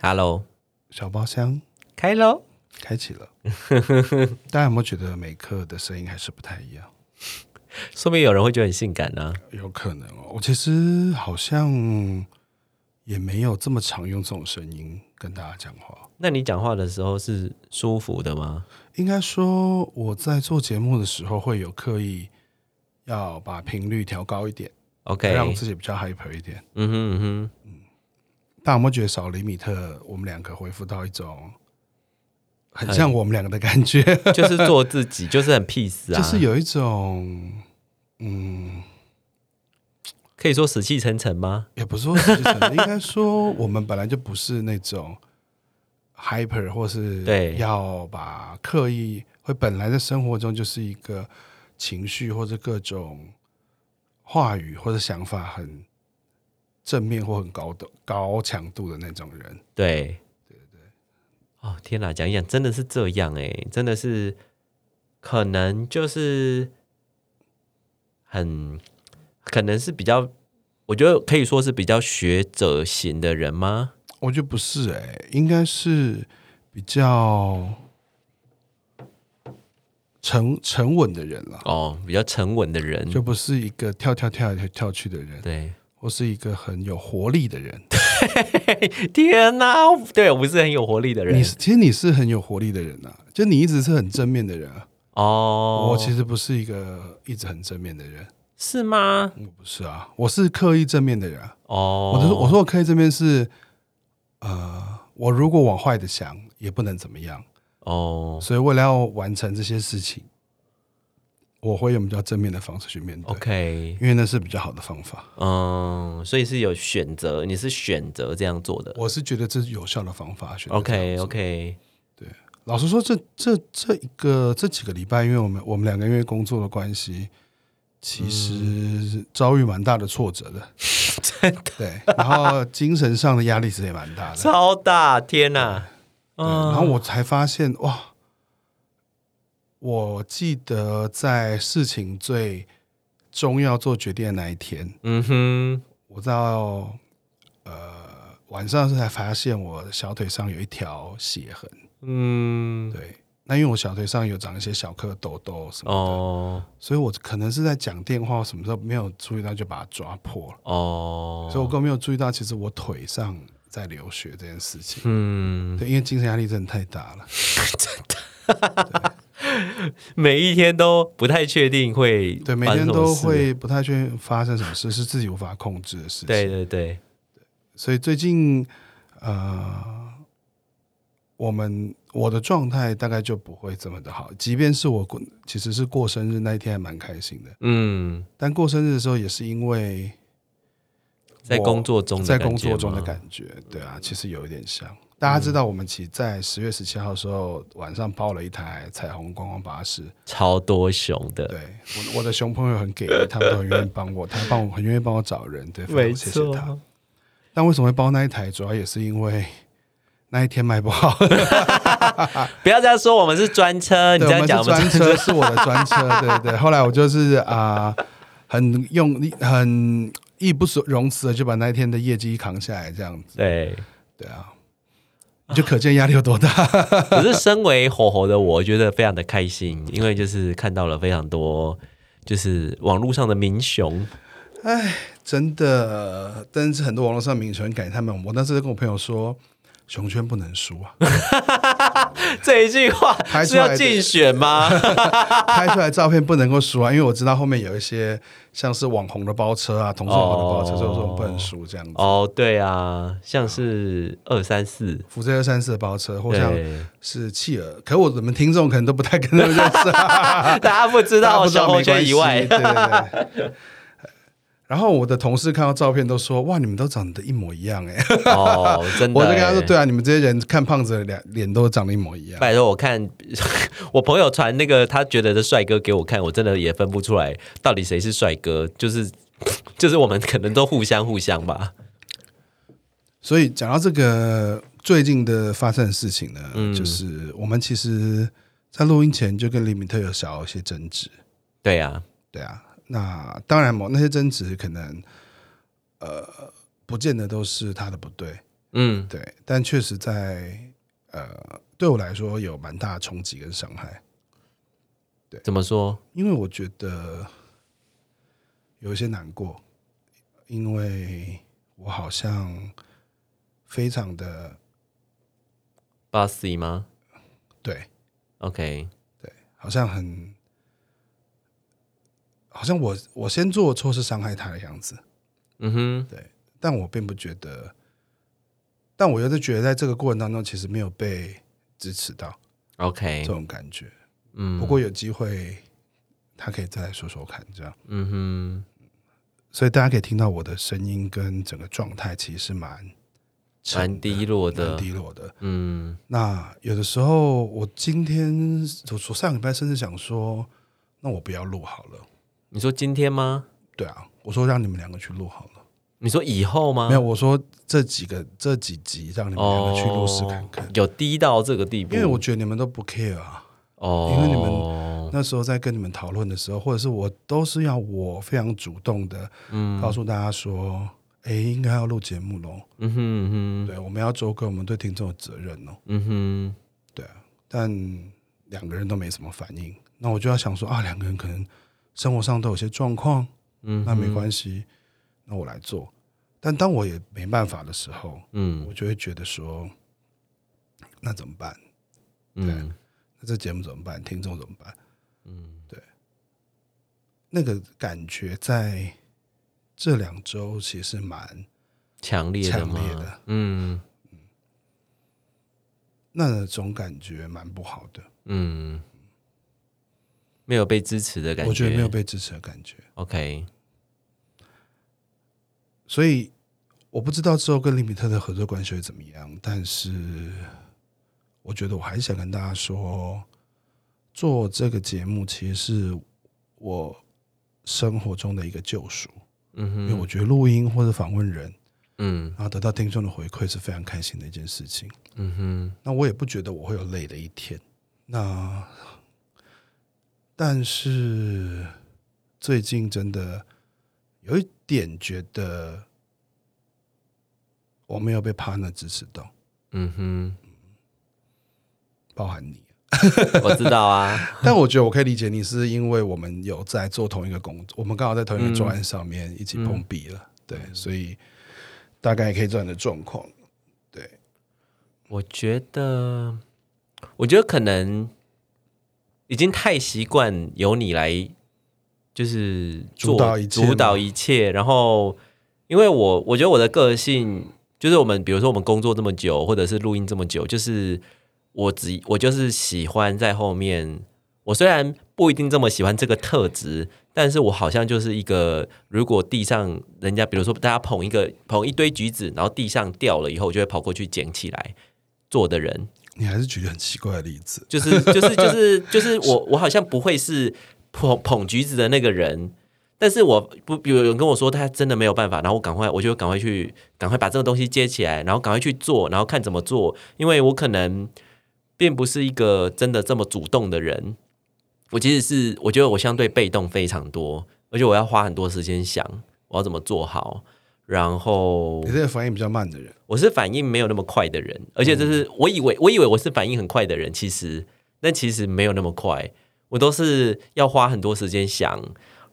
Hello，小包厢开喽！开启了。大家有没有觉得每刻的声音还是不太一样？说明有人会觉得很性感啊呢、有可能哦。我其实好像也没有这么常用这种声音跟大家讲话。那你讲话的时候是舒服的吗？应该说我在做节目的时候会有刻意要把频率调高一点， OK，让自己比较 hyper 一点。嗯哼嗯但有没有觉得少厘米特，我们两个恢复到一种很像我们两个的感觉？ 哼，就是做自 己，就是很 peace 啊，就是有一种，嗯，可以说死气沉沉吗？也不是说实际层面应该说我们本来就不是那种 hyper，或是对要把刻意会本来在生活中就是一个情绪或者各种话语或者想法很正面或很高的高强度的那种人。对对对。哦天哪，讲一讲真的是这样哎、真的是可能就是很可能是比较，我觉得可以说是比较学者型的人吗？我觉得不是哎、应该是比较沉沉稳的人了，哦，比较沉稳的人，就不是一个跳跳跳来跳去的人，对。或是一个很有活力的人。 天哪、对我不是很有活力的人你是其实你是很有活力的人呐、啊就你一直是很正面的人、啊。哦。我其实不是一个一直很正面的人，是吗？我不是啊，我是刻意正面的人啊、哦，我的我说我刻意正面是，呃，我如果往坏的想，也不能怎么样。哦所以为了要完成这些事情，我会用比较正面的方式去面对，OK，因为那是比较好的方法。嗯，所以是有选择，你是选择这样做的。我是觉得这是有效的方法。选择这样 OK 做 OK，老实说，这这这一个这几个礼拜，因为我们我们两个因为工作的关系，其实遭遇蛮大的挫折的，真的对，然后精神上的压力其实也蛮大 的，超大，天哪！嗯对，然后我才发现哇，我记得在事情最终要做决定的那一天，嗯哼，我到呃晚上是才发现我小腿上有一条血痕，嗯，对。那因为我小腿上有长一些小颗痘痘什么的，哦所以我可能是在讲电话，什么时候没有注意到就把它抓破了，哦，所以我根本没有注意到，其实我腿上在流血这件事情。嗯，对，因为精神压力真的太大 了。每一天都不太确定会对，每发天生什么都事，会不太确定发生什么事，是自己无法控制的事情。对，对对，所以最近呃，我们我的状态大概就不会这么的好，即便是我过其实是过生日那一天还蛮开心的，嗯，但过生日的时候也是因为在我工作中的在感工觉作中的吗嗯感觉，对啊，其实有一点像。大家知道，我们其实在十月十七号的时候晚上包了一台彩虹观光巴士。超多熊的，对，我我的熊朋友很给力，他们都很愿意帮我，他帮我很愿意帮我找人，对，非没常谢谢错，他。但为什么会包那一台，主要也是因为 那一天卖不好。不要这样说，我们是专车，你这对，我样们讲是我们专是车，是我的专车，对对对。后来我就是啊、很用力，很义不容辞的就把那一天的业绩扛下来，这样 子。对。对啊，你就可见压力有多大。可是身为火猴的我，我觉得非常的开心，因为就是看到了非常多就是网络上的民雄， 真的，但是很多网络上名人感谢他们。我那时候跟我朋友说，熊圈不能输啊， 这一句话拍是出来要的竞选吗？ 拍出来的照片不能够输啊，因为我知道后面有一些像是网红的包车啊，同志网红的包车，哦所以我说我们不能输这样子。哦，对啊，像是二三四，福州二三四的包车，或像对， 是企鹅，可我们听众可能都不太跟他们认识啊，大家不 知大家道 不知小道红没关圈系以外对，对对。 然后我的同事看到照片都说：“哇，你们都长得一模一样哎、哦，真的欸，我就跟他说：“对啊，你们这些人看胖子的脸脸都长得一模一样。拜托，我看 我朋友传那个他觉得的帅哥给我看，我真的也分不出来到底谁是帅哥，就是 就是我们可能都互相互相吧。”所以讲到这个最近的发生的事情呢，就是我们其实，在录音前就跟李敏特有小一些争执。对啊，对啊，那当然嘛，那些争执可能呃，不见得都是他的不对，嗯，对，但确实在呃，对我来说有蛮大的冲击跟伤害，怎么说？因为我觉得有一些难过，因为我好像非常的 Bossy 吗对， ？OK，好像很，好像我我先做错是伤害他的样子，嗯哼，但我并不觉得，但我又是觉得在这个过程当中其实没有被支持到这 OK，种感觉。哎嗯，不过有机会，他可以再来说说看，这样。嗯所以大家可以听到我的声音跟整个状态其实是蛮哼，蛮低落的蛮，低落的。嗯那有的时候，我今天我我上礼拜甚至想说，那我不要录好了。你说今天吗？对啊，我说让你们两个去录好了。你说以后吗？没有，我说这几个这几集让你们两个去录试看看，哦有低到这个地步，因为我觉得你们都不 care 啊。哦，因为你们那时候在跟你们讨论的时候，或者是我都是要我非常主动的嗯告诉大家说，哎、应该要录节目喽。嗯哼嗯哼对，我们要周更，我们对听众有责任哦。嗯但两个人都没什么反应，那我就要想说啊，两个人可能生活上都有些状况，哼嗯哼，那没关系，那我来做。但当我也没办法的时候，嗯我就会觉得说，那怎么办？嗯那这节目怎么办？听众怎么办？嗯那个感觉在这两周其实蛮强烈的强烈的吗？嗯那种感觉蛮不好的，嗯，没有被支持的感我觉得没有被支持的感觉。 OK，所以我不知道之后跟林比特的合作关系会怎么样，但是我觉得我还是想跟大家说，做这个节目其实是我生活中的一个救赎，嗯哼，因为我觉得录音或者访问人，嗯然后得到听众的回馈是非常开心的一件事情。嗯哼，那我也不觉得我会有累的一天。那但是最近真的有一点觉得我没有被 partner 支持到，嗯哼，包含你。我知道啊，但我觉得我可以理解你，是因为我们有在做同一个工作，我们刚好在同一个专案上面一起碰壁了，对，所以大概也可以知道你的状况。我觉得，我觉得可能已经太习惯由你来，就是做主导一切吗主导一切。然后，因为我我觉得我的个性就是我们，比如说我们工作这么久，或者是录音这么久，就是我只我就是喜欢在后面。我虽然不一定这么喜欢这个特质，但是我好像就是一个，如果地上人家比如说大家捧一个捧一堆橘子，然后地上掉了以后，我就会跑过去捡起来。做的人，你还是举很奇怪的例子，就是就是就是就是 我我好像不会是捧捧橘子的那个人，但是我不比如有人跟我说他真的没有办法，然后我赶快我就赶快去赶快把这个东西接起来，然后赶快去做，然后看怎么做，因为我可能并不是一个真的这么主动的人，我其实是我觉得我相对被动非常多，而且我要花很多时间想我要怎么做好，然后你这个反应比较慢的人，我是反应没有那么快的人，而且这是我以为我以为我是反应很快的人，其实但其实没有那么快，我都是要花很多时间想，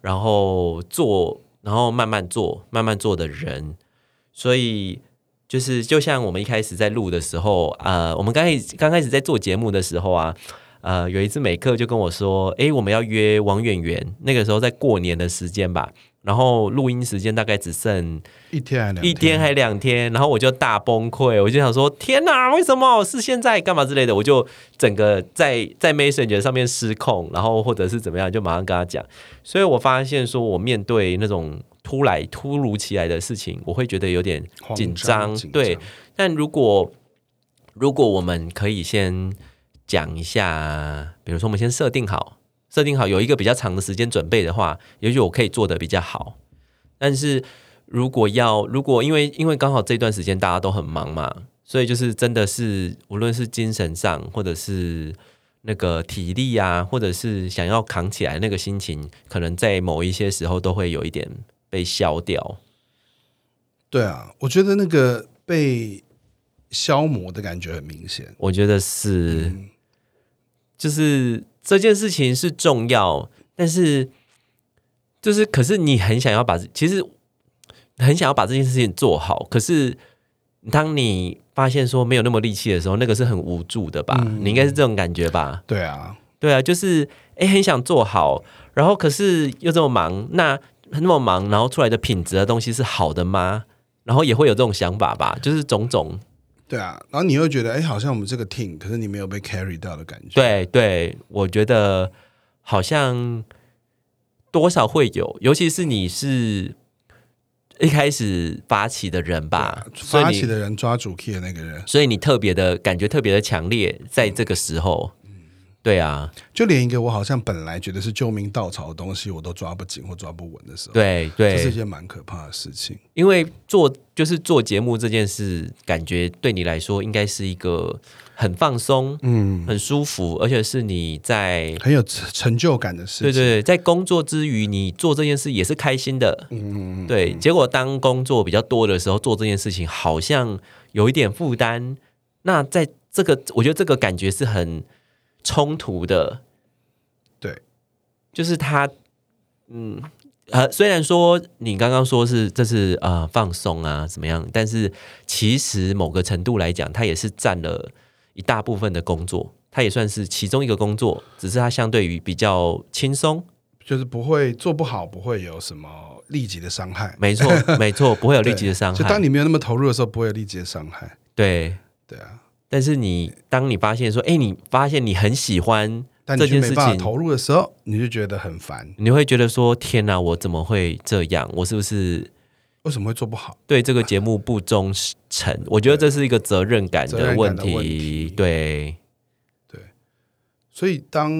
然后做，然后慢慢做，慢慢做的人，所以就是就像我们一开始在录的时候，呃，我们刚开始刚开始在做节目的时候啊，呃，有一次美克就跟我说，诶，我们要约王远远，那个时候在过年的时间吧，然后录音时间大概只剩。一天还两一天还两天，然后我就大崩溃，我就想说天哪，为什么是现在干嘛之类的，我就整个在在 Messenger 上面失控，然后或者是怎么样，就马上跟他讲。所以我发现说我面对那种突来突如其来的事情，我会觉得有点慌紧张张，紧对张，但如果如果我们可以先讲一下，比如说我们先设定好，设定好有一个比较长的时间准备的话，也许我可以做的比较好。但是如果要如果因为因为刚好这段时间大家都很忙嘛，所以就是真的是无论是精神上或者是那个体力啊，或者是想要扛起来那个心情，可能在某一些时候都会有一点被消掉。对啊，我觉得那个被消磨的感觉很明显。我觉得是，就是这件事情是重要，但是就是可是你很想要把，其实很想要把这件事情做好，可是当你发现说没有那么力气的时候，那个是很无助的吧？你应该是这种感觉吧？对啊，对啊，就是哎、诶很想做好，然后可是又这么忙，那那么忙，然后出来的品质的东西是好的吗？然后也会有这种想法吧，就是种种，对啊，然后你会觉得，哎，好像我们这个 team，可是你没有被 carry 到的感觉。对对，我觉得好像多少会有，尤其是你是一开始发起的人吧，所发以起你的人抓主 key 的那个人，所以你特别的感觉特别的强烈，在这个时候，嗯对啊，就连一个我好像本来觉得是救命稻草的东西，我都抓不紧或抓不稳的时候，对这是一对，件蛮可怕的事情。因为做就是做节目这件事，感觉对你来说应该是一个很放松、嗯，很舒服，而且是你在很有成成就感的事对情。对对，在工作之余，你做这件事也是开心的。嗯对。结果当工作比较多的时候，做这件事情好像有一点负担。那在这个，我觉得这个感觉是很冲突的。对，就是他，嗯，呃，虽然说你刚刚说是这是呃放松啊怎么样，但是其实某个程度来讲，它也是占了一大部分的工作，它也算是其中一个工作，只是它相对于比较轻松。就是不会做不好，不会有什么立即的伤害。没 错，没错，不会有立即的伤就当害。你没有那么投入的时候，不会有立即的伤害。对，对啊，但是你当你发现说，哎，你发现你很喜欢但这你就件没事办法情，投入的时候，你就觉得很烦。你会觉得说，天哪，我怎么会这样？我是不是为什么会做不好？对这个节目不忠诚？我觉得这是一个责任感责任的感问的题。问题对，所以当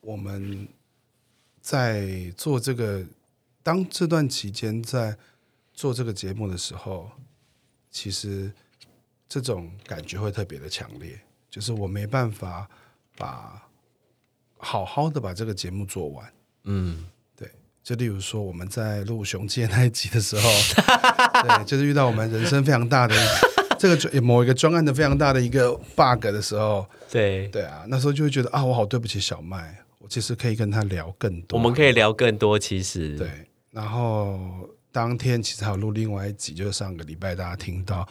我们在做这个，当这段期间在做这个节目的时候，其实这种感觉会特别的强烈，就是我没办法把好好的把这个节目做完。嗯，就例如说，我们在录《熊街》那一集的时候， 对，就是遇到我们人生非常大的这个专某一个专案的非常大的一个 bug 的时候，对，对啊，那时候就会觉得啊，我好对不起小麦，我其实可以跟他聊更多。我们可以聊更多。其实，对，然后当天其实还有录另外一集，就是上个礼拜大家听到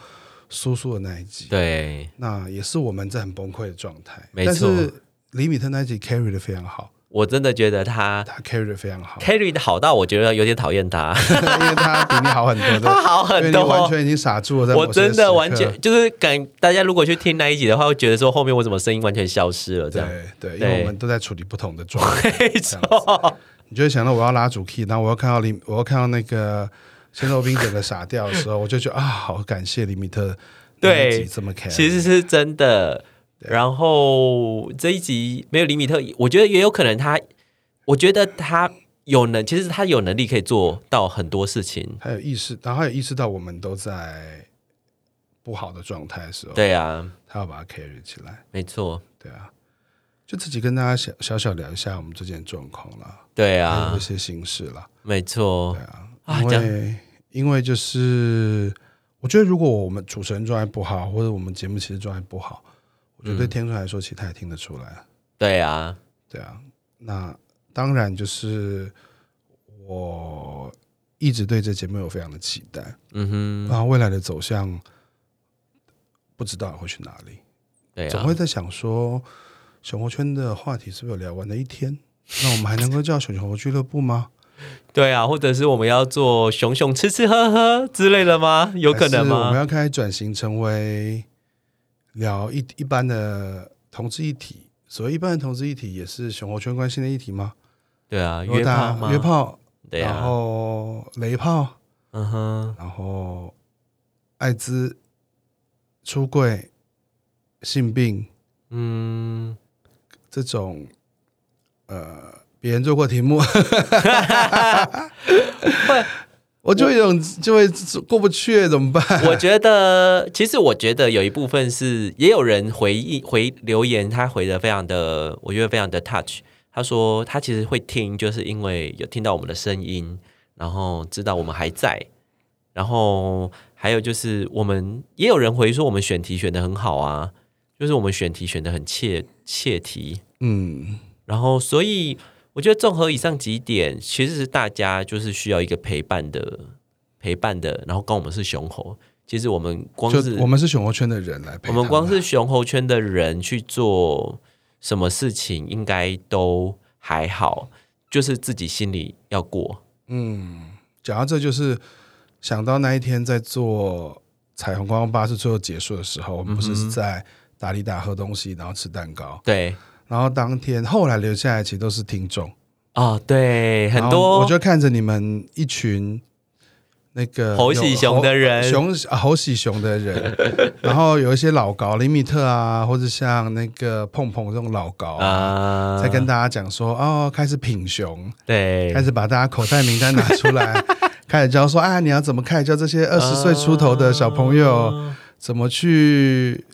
苏苏的那一集，对，那也是我们在很崩溃的状态，没但错是李米特那一集 carry 的非常好，我真的觉得他他 carry 的非常好， carry 的好到我觉得有点讨厌他，因为他比你好很多的他。 好因为很你多，完全已经傻住了，在某我些真时的刻完全就是感，大家如果去听那一集的话，会觉得说后面我怎么声音完全消失了这样。对对，因对为我们都在处理不同的状 态， 没错，你就会想到我要拉主 key，然后我要看到李，我要看到那个鲜肉冰整个傻掉的 时候，我就觉得啊，好感谢李米特对那一集这么 care，其实是真的。然后这一集没有李米特，我觉得也有可能他，我觉得他有能，其实他有能力可以做到很多事情。还有意识，然后还有意识到我们都在不好的状态的时候，对啊，他要把它 carry 起来，没错，对啊，就自己跟大家小小小聊一下我们最近的状况啦，对还有啊一，些心事啦，没错嗯对。啊，啊因这样为因为就是我觉得，如果我们主持人状态不好，或者我们节目其实状态不好，我觉得嗯对天顺来说，其实他也听得出来。对啊，对啊，那当然就是我一直对这节目有非常的期待，嗯哼，那、未来的走向不知道会去哪里，对总啊会，在想说，熊活圈的话题是不是有聊完的一天？那我们还能够叫熊猴俱乐部吗？对啊，或者是我们要做熊熊吃吃喝喝之类的吗？有可能还是我们吗？要开始转型成为聊一一般的同志议题，所谓一般的同志议题也是熊猴圈关心的议题吗？对啊，如果约炮大家吗？约炮，对然啊，后雷炮，嗯哼，然后艾滋、出柜、性病嗯，这种，呃，别人做过题目， 我就有一种就会过不去，怎么办？ 我觉得，其实我觉得有一部分是，也有人回应回留言，他回的非常的，我觉得非常的 touch。他说他其实会听，就是因为有听到我们的声音，然后知道我们还在，然后还有就是我们也有人回说我们选题选的很好啊，就是我们选题选的很切切题，嗯，然后所以我觉得综合以上几点，其实是大家就是需要一个陪伴的陪伴的，然后跟我们是熊猴，其实我们光就是我们是熊猴圈的人来陪我他们啊，们光是熊猴圈的人去做什么事情，应该都还好，就是自己心里要过。讲到这，就是想到那一天在做彩虹观光巴士最后结束的时候，我们不嗯是在达利达喝东西，然后吃蛋糕，对，然后当天后来留下来其实都是听众，哦，对，很然后多，我就看着你们一群那个猴喜熊的人有猴熊啊猴喜熊的人， 然后有一些老高林米特啊，或者像那个碰碰这种老高啊。啊，在跟大家讲说哦，开始品熊，对开始把大家口袋名单拿出来， 开始教说啊，你要怎么开始教这些二十岁出头的小朋友、啊怎么去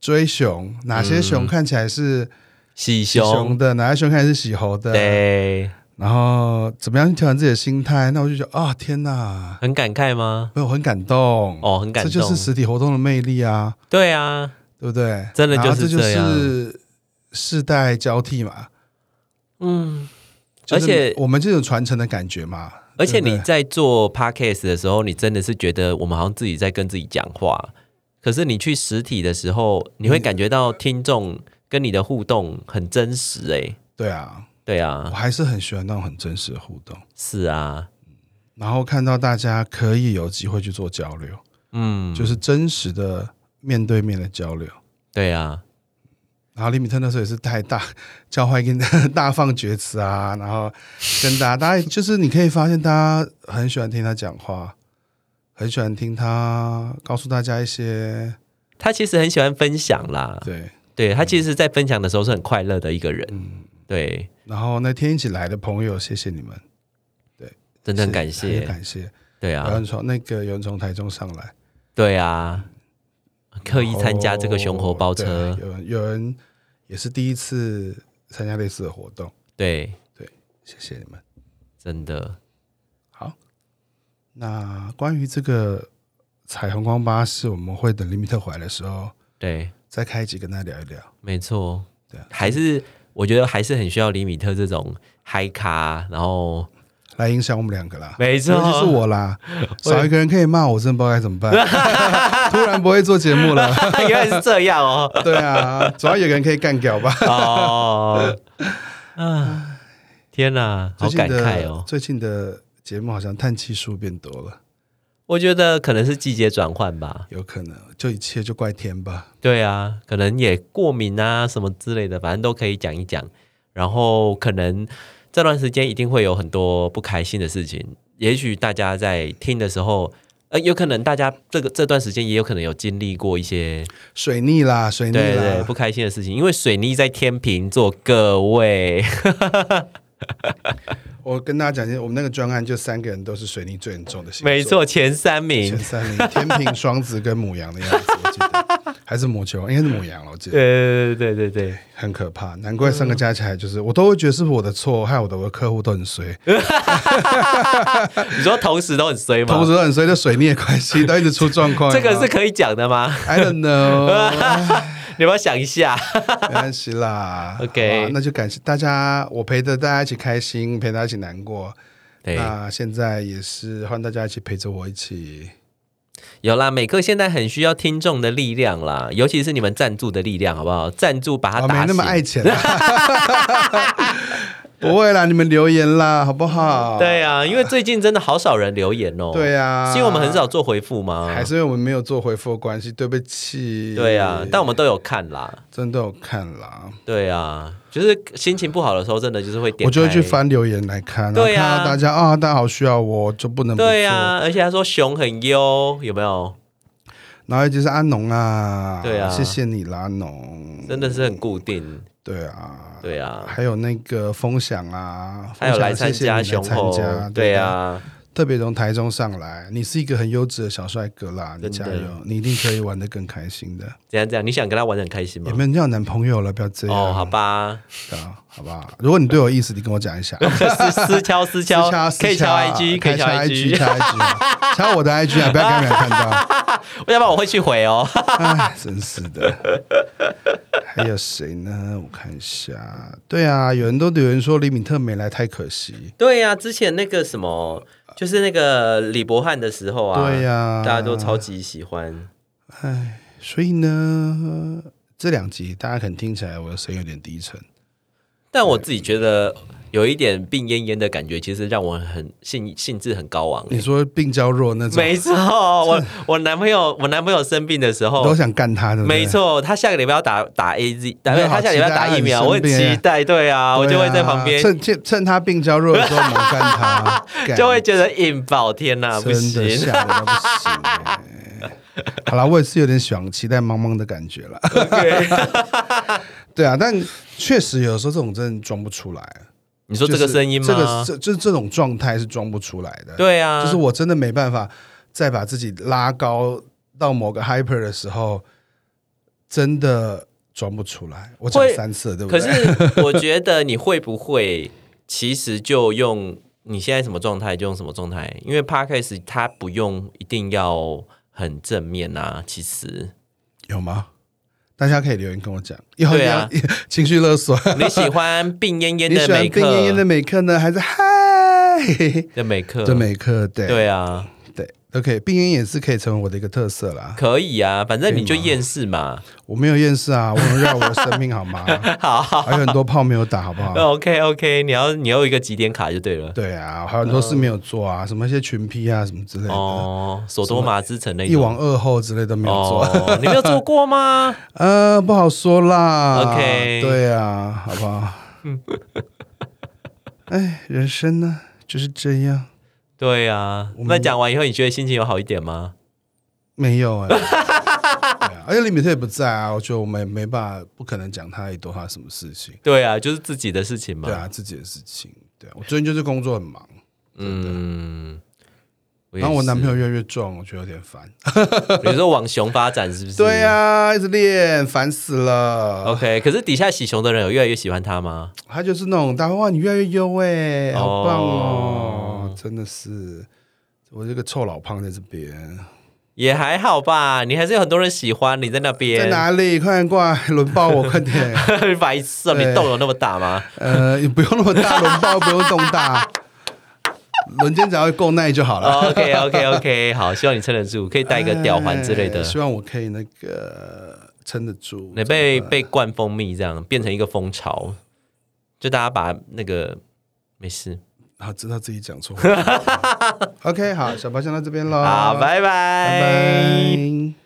追熊，哪些熊嗯看起来是喜喜熊熊，的，哪些熊看起来是喜猴的，对，然后怎么样去调整自己的心态？那我就觉得啊、天哪，很感慨吗？没有很感动，哦，很感这动，就是实体活动的魅力啊，对啊，对不对？真的然就后是这就这样是世代交替嘛，嗯，就是而且我们这种传承的感觉嘛，而且对不对你在做 podcast 的时候，你真的是觉得我们好像自己在跟自己讲话。可是你去实体的时候，你会感觉到听众跟你的互动很真实、哎，对啊，对我啊，还是很喜欢那种很真实的互动，是啊，然后看到大家可以有机会去做交流，嗯，就是真实的面对面的交流。对啊，然后李米特那时候也是太大教坏跟 大放厥词啊，然后跟大家，大家就是你可以发现，大家很喜欢听他讲话，很喜欢听他告诉大家一些他其实很喜欢分享啦，对，对他其实，在分享的时候是很快乐的一个人，嗯对，然后那天一起来的朋友，谢谢你们，真的很感谢，很感谢。对有啊人，从那个有人从台中上来，对啊，刻意参加这哦个熊猴包车然后，对有人有人也是第一次参加类似的活动，对，谢谢你们。真的，好，那关于这个彩虹光巴士，我们会等林密特回来的时候对，再开一集跟他聊一聊。没错，对啊还是我觉得还是很需要李米特这种嗨咖，然后来影响我们两个啦，没错尤其是 我啦，少一个人可以骂我，真的不知道该怎么办。突然不会做节目了，原来是这样 哦，对啊，主要有个人可以干掉吧。哦，啊，天哪，最好近感慨的哦，最近的节目好像叹气数变多了，我觉得可能是季节转换吧，有可能就一切就怪天吧。对啊，可能也过敏啊什么之类的，反正都可以讲一讲，然后可能这段时间一定会有很多不开心的事情，也许大家在听的时候。呃，有可能大家这个这段时间也有可能有经历过一些水逆啦，水逆对对，啦不，开心的事情，因为水逆在天秤座，各位我跟大家讲一下，我们那个专案就三个人都是水逆最严重的星 座，没错，前三名前，三名， 天平、双子跟母羊的样子，我记得还是母球，应该是母羊了，我记得对对对对对很可怕，难怪三个加起来就是，我都会觉得是不是我的错，害我的客户都很衰，对，你说同时都很衰同吗？时都很衰，就水逆的关系，都一直出状况。这个是可以讲的吗？ I don't know，你要不要想一下？没关系啦。 OK 好吧那就感谢大家，我陪着大家一起开心，陪大家一起难过。对，那现在也是换大家一起陪着我一起，有啦，美克现在很需要听众的力量啦，尤其是你们赞助的力量，好不好？赞助把他我、打醒、哦啊没那么爱钱啦。 不会啦，你们留言啦，好不好？对啊，因为最近真的好少人留言哦。对、啊，是因为我们很少做回复吗？还是因为我们没有做回复的关系，对不起。对啊，但我们都有看啦。真的有看啦，对啊，就是心情不好的时候，真的就是会点。我就会去。翻留言来看，对啊然后看到大家啊，大家好需要我，我就不能不做。对啊，而且他说熊很优，有没有？然后就是阿农啊，对啊谢谢你啦，阿农，啊真的是很固定。对啊，对啊，还有那个风响啊，还有来参加加熊参猴加，，对啊，啊，特别从台中上来，你是一个很优质的小帅哥啦，你真加的油，你一定可以玩得更开心的。怎样怎样？你想跟他玩的很开心吗有？没有你要有男朋友了？不要这嗯样，哦，好吧， 对啊，好不好？如果你对我有意思，你跟我讲一下。私私敲私敲敲，可以敲 IG，可以敲敲 IG， IG，敲 IG，敲我的 IG 啊！不要给你们看到，要不然我会去回 哦。哎，真是的。还有谁呢？我看一下，对啊，有人都留言说李敏特没来太可惜。对呀、之前那个什么，就是那个李博翰的时候啊，对呀大家都超级喜欢。所以呢，这两集大家可能听起来我的声音有点低沉，但我自己觉得有一点病恹恹的感觉，其实让我很兴兴致很高昂。你说病娇弱那种，没错，我我男朋友我男朋友生病的时都候，想干他的，对不对没，错，他下个礼拜要打打 A Z，打对对，好他下个礼拜要打疫苗，期待我很很生病期待，对啊，我就会在旁边对啊趁趁趁他病娇弱的时候猛干 他，干就会觉得哎引爆，天哪，啊不真的行，吓得到不行 欸、好啦，我也是有点想期待茫茫的感觉了。 对啊，但确实有时候这种真的装不出来。啊你说这个声音吗？就是这个这这这种状态是装不出来的。、对啊，就是我真的没办法再把自己拉高到某个 hyper 的时候，真的装不出来。我讲会三次了，对不可对？是我觉得你会不会其实就用你现在什么状态就用什么状态，因为 podcast 它不用一定要很正面啊，其实。有吗？大家可以留言跟我讲，以后对啊一定要 情绪勒索。你喜欢病恹恹 你的喜欢美病恹恹的克美克呢，还是嗨的美克的美克？对对啊，对，OK，病恹恹也是可以成为我的一个特色啦。可以啊，反正你可就以吗厌世嘛。我没有厌世啊，我很热爱我的生命，好 吗？好还有很多炮没有打，好不好？ ，OK OK，你要你要有一个几点卡就对了。对啊，还有很多事没有做啊，什么一些群批啊，什么之类的，哦，索多玛之城那一种往二后之类都没有做。哦，你没有做过 吗？呃，不好说啦。 OK 对啊，好不 好？哎，人生呢就是这样，对啊，那讲完以后，你觉得心情有好一点吗？没有哎、对啊而且李米特也不在啊，我觉得我们也没办法，不可能讲他也多他什么事情，对啊，就是自己的事情嘛。对啊，自己的事情，对啊，我最近就是工作很忙，嗯，然后我男朋友，友越来越壮，我觉得有点烦。你说往熊发展是不是？对啊呀、、一直练，烦死了。 OK，可是底下喜熊的人有越来越喜欢他吗？他就是那种大家哇，你越来越优哎、哦好棒哦，真的是我这个臭老胖在这边，也还好吧，你还是有很多人喜欢你在那边。在哪里？快点过来轮抱我，快点！ 白痴啊！你对洞有那么大吗？呃，也不用那么大轮抱，不用动大，轮肩只要够耐就好了。 OK OK OK，好，希望你撑得住，可以戴一个吊环之类的哎。希望我可以那个撑得住。你被被灌蜂蜜，这样变成一个蜂巢，就大家把那个没事。好，知道自己讲错。OK，好，小包先到这边喽。好，拜拜拜。